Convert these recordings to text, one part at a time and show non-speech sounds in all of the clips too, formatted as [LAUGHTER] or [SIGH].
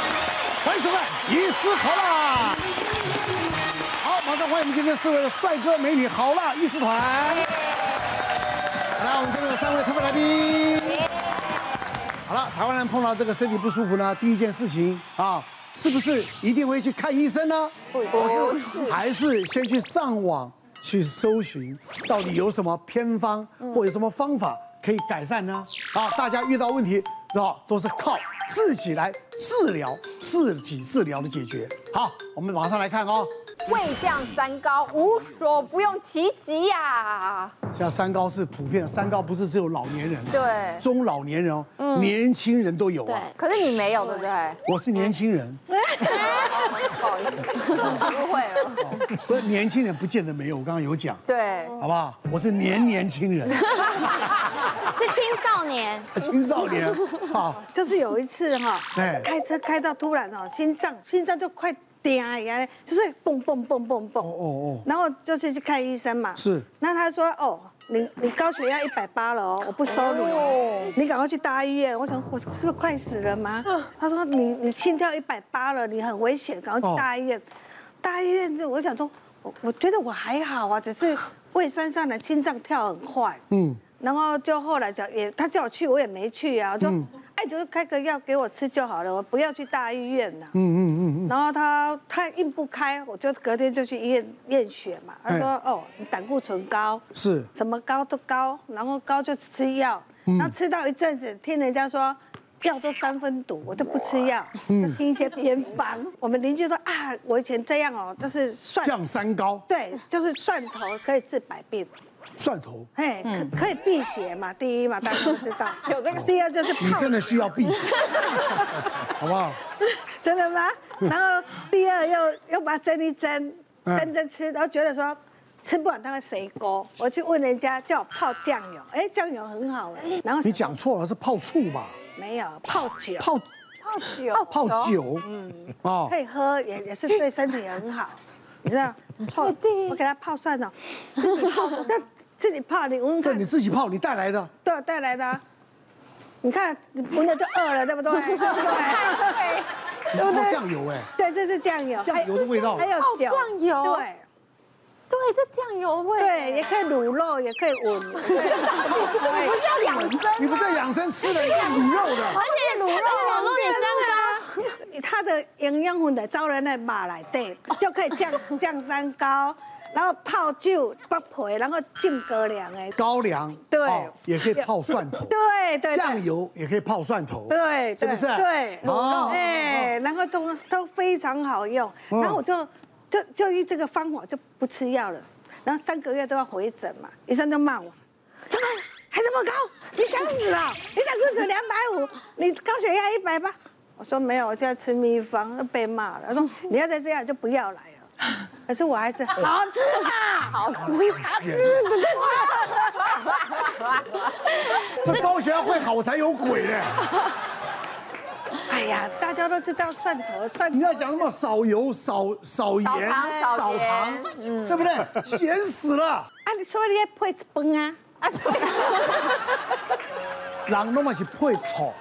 欢迎收看《医师好辣》。好，马上欢迎我们今天四位的帅哥美女好辣医师团。好啦，我们这边有三位特别来宾。好了，台湾人碰到这个身体不舒服呢，第一件事情啊，是不是一定会去看医生呢？不是，还是先去上网去搜寻，到底有什么偏方嗯或有什么方法可以改善呢？啊，大家遇到问题啊，都是靠自己来治疗，自己治疗的解决。好，我们马上来看哦。胃降三高，无所不用其极呀！现在三高是普遍的，三高不是只有老年人，啊对中老年人哦，年轻人都有啊。可是你没有，对不对？我是年轻人，不好意思，误会了。 [LAUGHS] 不是年轻人不见得没有，我刚刚有讲，对，好不好？我是年年轻 [LAUGHS] 人，是青少年，青少年，好，就是有一次哈、哎开车开到突然哦，心脏心脏就快嗲一样，就是蹦蹦蹦蹦蹦。哦哦哦然后就是去看医生嘛。是。那他说哦，你你高血压一百八了哦，我不收你哦，你赶快去大医院。我想我是不是快死了吗？他说你你心跳一百八了，你很危险，赶快去大医院。大医院就我想说，我我觉得我还好啊，只是胃酸上来，心脏跳很快。嗯。然后就后来叫也，他叫我去，我也没去啊。我就，哎，你就是开个药给我吃就好了，我不要去大医院了。嗯嗯嗯。然后他他硬不开，我就隔天就去医院验血嘛。他说哎哦，你胆固醇高，是什么高都高，然后高就吃药，嗯然后吃到一阵子，听人家说。药都三分毒，我就不吃药，嗯就听一些偏方。 [LAUGHS] 我们邻居说啊，我以前这样哦，就是蒜，降三高，对，就是蒜头可以治百病。蒜头，哎，可可以辟邪嘛？第一嘛，大家都知道嗯 [LAUGHS] 有这个第二就是你泡，真的需要避 [LAUGHS] 邪，好不好？真的吗？然后第二又又把它蒸一蒸，嗯蒸着吃，然后觉得说吃不完当个水锅，我去问人家叫我泡酱油，哎，酱油很好哎。然后你讲错了，是泡醋吧？没有泡酒，泡泡酒，泡，酒，嗯，哦可，以喝，也也是对身体很好。你知道嗯泡，我给它泡蒜了，自己 [LAUGHS] 泡的，那自己泡你闻闻这看你，自己泡，你带来的，都有带来的啊。你看，你闻了就饿了，对不对？对 [LAUGHS] 不对？你是泡酱油哎，对，这是酱油，酱油的味道还有酒，哦酱油对对，这酱油味，对，也可以卤肉，也可以闻，你不是要养生你不是养生吃的卤肉的，且卤肉，卤肉你三它的营养分的招人来马来对，就可以降降三高，然后泡酒、剥皮，然后浸高粱哎，高粱，对哦也可以泡蒜头，对对酱对。油也可以泡蒜头，对，是不是？对，卤肉哦，哎，然后都都非常好用，哦然后我就就就依这个方法就不吃药了，然后三个月都要回诊嘛，医生就骂我，怎么还这么高？你想死啊？你胆固醇两百五，你高血压一百八。我说没有，我现在吃秘方，又被骂了。他说你要再这样就不要来了。可是我还是好吃啊，好吃，好吃。那高血压会好才有鬼嘞！哎呀，大家都知道蒜头，蒜头你要讲什么少油、少少盐、少糖少盐嗯糖，对不对？咸死了，啊，你说你要配一饭啊？人那么是会炒，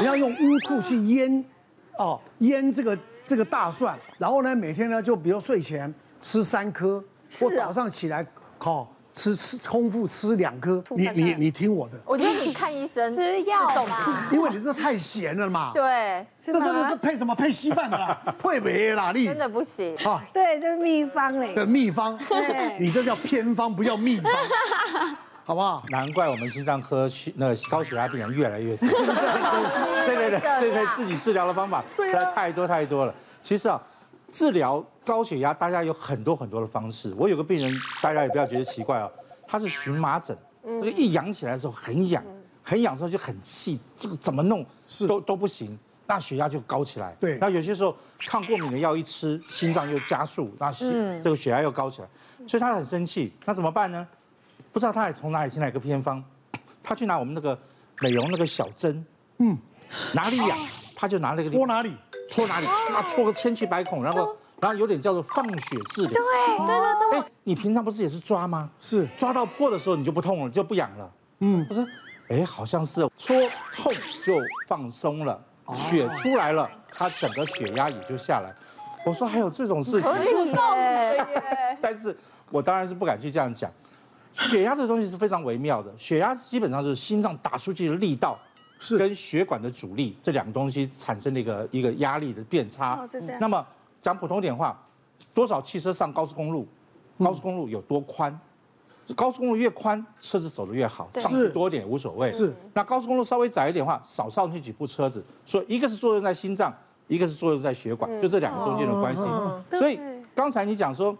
你要用乌醋去腌，哦，腌这个这个大蒜，然后呢，每天呢就比如睡前吃三颗，是我啊哦早上起来烤吃吃空腹吃两颗，你你你听我的，我觉得你看医生吃药是重点吧，因为你这太咸了嘛， [LAUGHS] 对，这真的是配什么配稀饭的 [LAUGHS] 啦，配没啦你真的不行，啊对，这是秘方嘞。的秘方对，你这叫偏方，不叫秘 [LAUGHS] 方，好不好？难怪我们心脏科血那个高血压病人越来越多。对对对，对对，自己治疗的方法实在太多太多了。其实啊，治疗高血压大家有很多很多的方式。我有个病人，大家也不要觉得奇怪哦，他是荨麻疹，这个一痒起来的时候很痒，很痒的时候就很气，这个怎么弄都都不行。那血压就高起来，对那有些时候抗过敏的药一吃，心脏又加速，那血、这个血压又高起来，所以他很生气。那怎么办呢？不知道他也从哪里听来一个偏方，他去拿我们那个美容那个小针，嗯，哪里痒他就拿那个地戳哪里？戳哦哪里，他戳个千奇百孔，然后然后有点叫做放血治疗。高，对对对，哎，你平常不是也是抓吗？是抓到破的时候你就不痛了，就不痒了。嗯，我说，哎，好像是哦戳痛就放松了，血出来了，他整个血压也就下来。我说还有这种事 [LAUGHS] 情，[LAUGHS] 但是我当然是不敢去这样讲。血压这个东西是非常微妙的，血压基本上是心脏打出去的力道，是跟血管的阻力这两个东西产生的一个一个压力的变差。哦是这样那么讲普通点话，多少汽车上高速公路，高速公路有多宽？高速公路越宽，车子走得越好，上去是多一点也无所谓。是，那高速公路稍微窄一点的话，少上去几部车子。所以一个是作用在心脏，一个是作用在血管，就这两个中间的关系。所以刚才你讲说，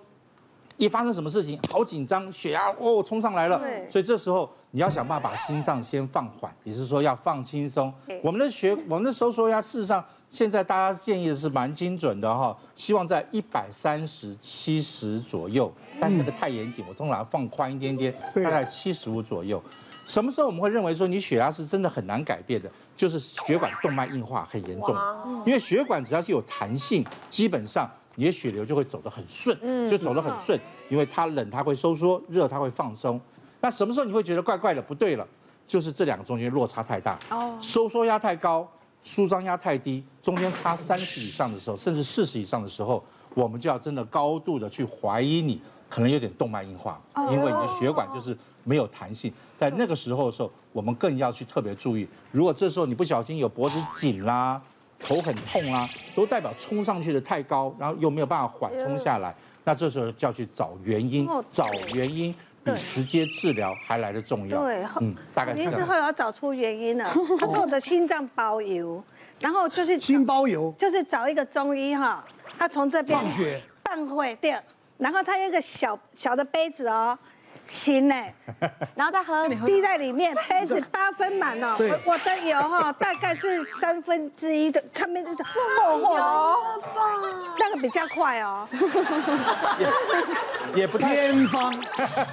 一发生什么事情，好紧张，血压哦冲上来了。对所以这时候你要想办法把心脏先放缓，也就是说要放轻松对。我们的血，我们的收缩压，事实上现在大家建议的是蛮精准的哈、希望在一百三十七十左右，但那个太严谨，我通常放宽一点点，对大概七十五左右。什么时候我们会认为说你血压是真的很难改变的？就是血管动脉硬化很严重，因为血管只要是有弹性，基本上你的血流就会走得很顺，就走得很顺，因为它冷它会收缩，热它会放松。那什么时候你会觉得怪怪的不对了？就是这两个中间落差太大，收缩压太高，舒张压太低，中间差三十以上的时候，甚至四十以上的时候，我们就要真的高度的去怀疑你可能有点动脉硬化，因为你的血管就是没有弹性。在那个时候的时候，我们更要去特别注意，如果这时候你不小心有脖子紧啦、头很痛啦、都代表冲上去的太高，然后又没有办法缓冲下来，那这时候就要去找原因哦，找原因比直接治疗还来得重要。对，嗯，大概我是医这师样后。来找出原 [LAUGHS] 因了，他说我的心脏包油，然后就是心包油，就是找一个中医哈，他从这边放血放血对，然后他有一个小小的杯子哦，行 [LAUGHS] 嘞，然后再喝。滴在里面，杯子八分满哦，对我我的 [LAUGHS] 油哈、大概是三分之一的，他们就是厚厚的，那个比较快哦，也不太，偏方。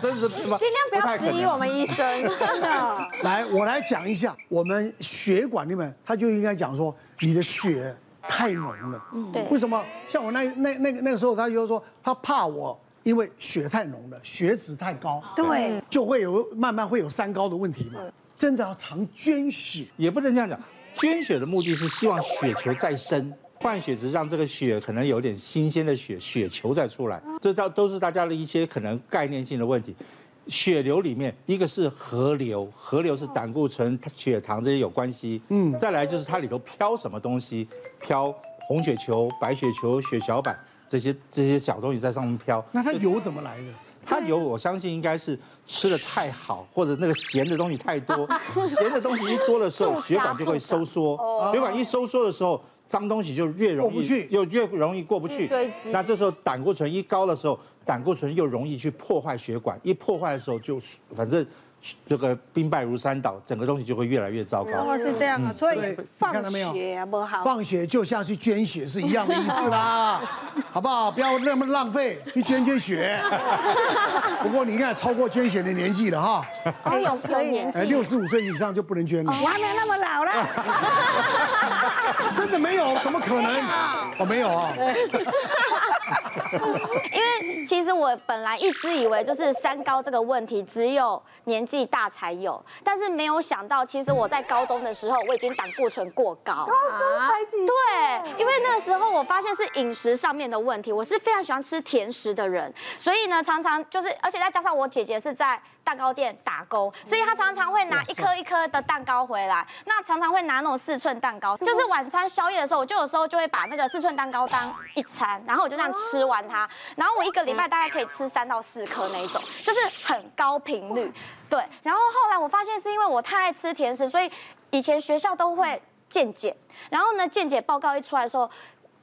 真是吗？尽量不太要可质疑能我们 [LAUGHS] 医生。真的。 [LAUGHS] 来，我来讲一下，我们血管里面，他就应该讲说你的血太浓了。对为什么？像我那那那个那个时候，他就说他怕我，因为血太浓了，血脂太高，啊对，就会有慢慢会有三高的问题嘛。真的要常捐血，也不能这样讲。捐血的目的是希望血球再生，换血只是让这个血可能有点新鲜的血血球再出来，这到都是大家的一些可能概念性的问题。血流里面，一个是河流，河流是胆固醇、血糖这些有关系。嗯，再来就是它里头飘什么东西，飘红血球、白血球、血小板这些这些小东西在上面飘。那它油怎么来的？啊他有，我相信应该是吃的太好，或者那个咸的东西太 [LAUGHS] 多，咸的东西一多的时候，血管就会收缩，哦血管一收缩的时候，脏东西就越容易过不去又越容易过不去堆积。那这时候胆固醇一高的时候，胆固醇又容易去破坏血管，一破坏的时候就反正这个兵败如山倒，整个东西就会越来越糟糕。哦是这样啊，所嗯对以你放看到没有血啊不好，放血就像去捐血是一样的意思啦，好不好？不要那么浪费，去捐捐血。不过你应该超过捐血的年纪了哈，哦，有有年哎，纪。六十五岁以上就不能捐了。我还没那么老啦。真的没有？怎么可能？我没有啊。因为其实我本来一直以为就是三高这个问题只有年纪大才有，但是没有想到，其实我在高中的时候我已经胆固醇过高。对，因为那时候我发现是饮食上面的问题，我是非常喜欢吃甜食的人，所以呢，常常就是，而且再加上我姐姐是在蛋糕店打工，所以她常常会拿一颗一颗的蛋糕回来，那常常会拿那种四寸蛋糕，就是晚餐宵夜的时候，我就有时候就会把那个四寸蛋糕当一餐，然后我就这样吃完它，然后我一个礼拜大概可以吃三到四颗那一种，就是很高频率，对。然后后来我发现是因为我太爱吃甜食，所以以前学校都会健检，然后呢，健检报告一出来的时候。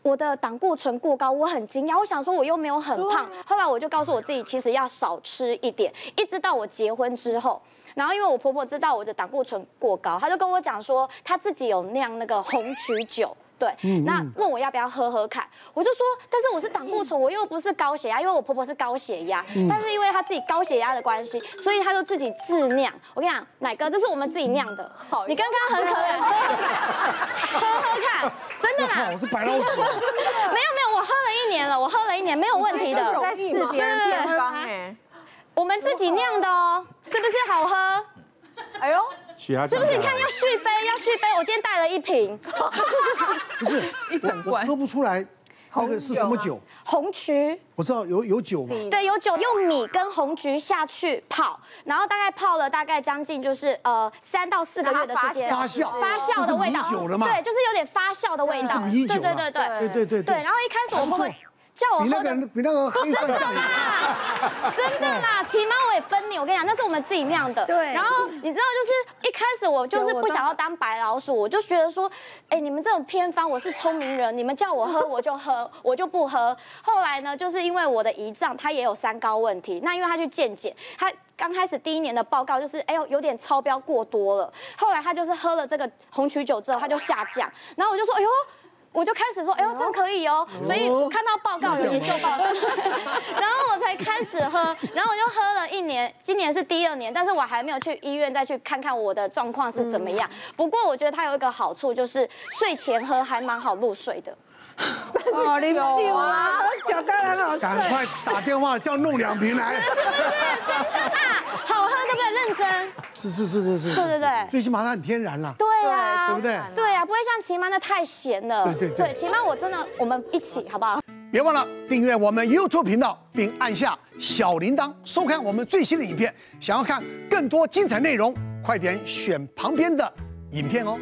我的胆固醇过高，我很惊讶。我想说我又没有很胖，后来我就告诉我自己，其实要少吃一点。一直到我结婚之后，然后因为我婆婆知道我的胆固醇过高，她就跟我讲说，她自己有酿那个红曲酒。对，那问我要不要喝喝看，我就说，但是我是胆固醇，我又不是高血压，因为我婆婆是高血压，但是因为她自己高血压的关系，所以她就自己自酿。我跟你讲，奶哥，这是我们自己酿的，你刚刚很可爱，喝喝看，喝喝看，真的啦靠，我。是白老鼠。 [LAUGHS] 没有没有，我喝了一年了，我喝了一年没有问题的。在试别人偏方哎、我们自己酿的哦，是不是好喝？哎呦，血压是降不下是？来你看要了。续杯，要续杯，我今天带了一瓶不是一整我我罐喝不出来那个是什么酒，红曲。我知道有有酒嘛，对，有酒用米跟红菊下去泡，然后大概泡了大概将近就是呃三到四个月的时间，让它发酵发酵的味道，就是米酒了嘛对，就是有点发酵的味道，就是米酒对了对对对对对对对。然后一开始我还不婆错婆叫我比那喝的个比那个黑蒜酱油真的啦，起码我也分你。我跟你讲，那是我们自己酿的。对然后你知道，就是一开始我就是不想要当白老鼠，我就觉得说，哎，你们这种偏方，我是聪明人，你们叫我喝我就喝， [LAUGHS] 我就不喝。后来呢，就是因为我的胰脏它也有三高问题，那因为他去健检，他。刚开始第一年的报告就是，哎呦，有点超标过多了。后来他就是喝了这个红曲酒之后，他就下降。然后我就说，哎呦，我就开始说，哎呦，这可以哦。所以我看到报告有研究报告， [LAUGHS] 然后我才开始喝，然后我就喝了一年，今年是第二年，但是我还没有去医院再去看看我的状况是怎么样。嗯不过我觉得它有一个好处，就是睡前喝还蛮好入睡的。哦，你酒啊，喝酒当然好赶睡。快打电话叫弄两瓶来。啊好喝对不对？认真。是是是是是，对对对最起码它很天然啦。对对啊，对不对对啊，不会像骑妈那太咸了。对对对骑妈我真的，我们一起好不好？别忘了订阅我们 YouTube 频道，并按下小铃铛，收看我们最新的影片。想要看更多精彩内容，快点选旁边的影片哦。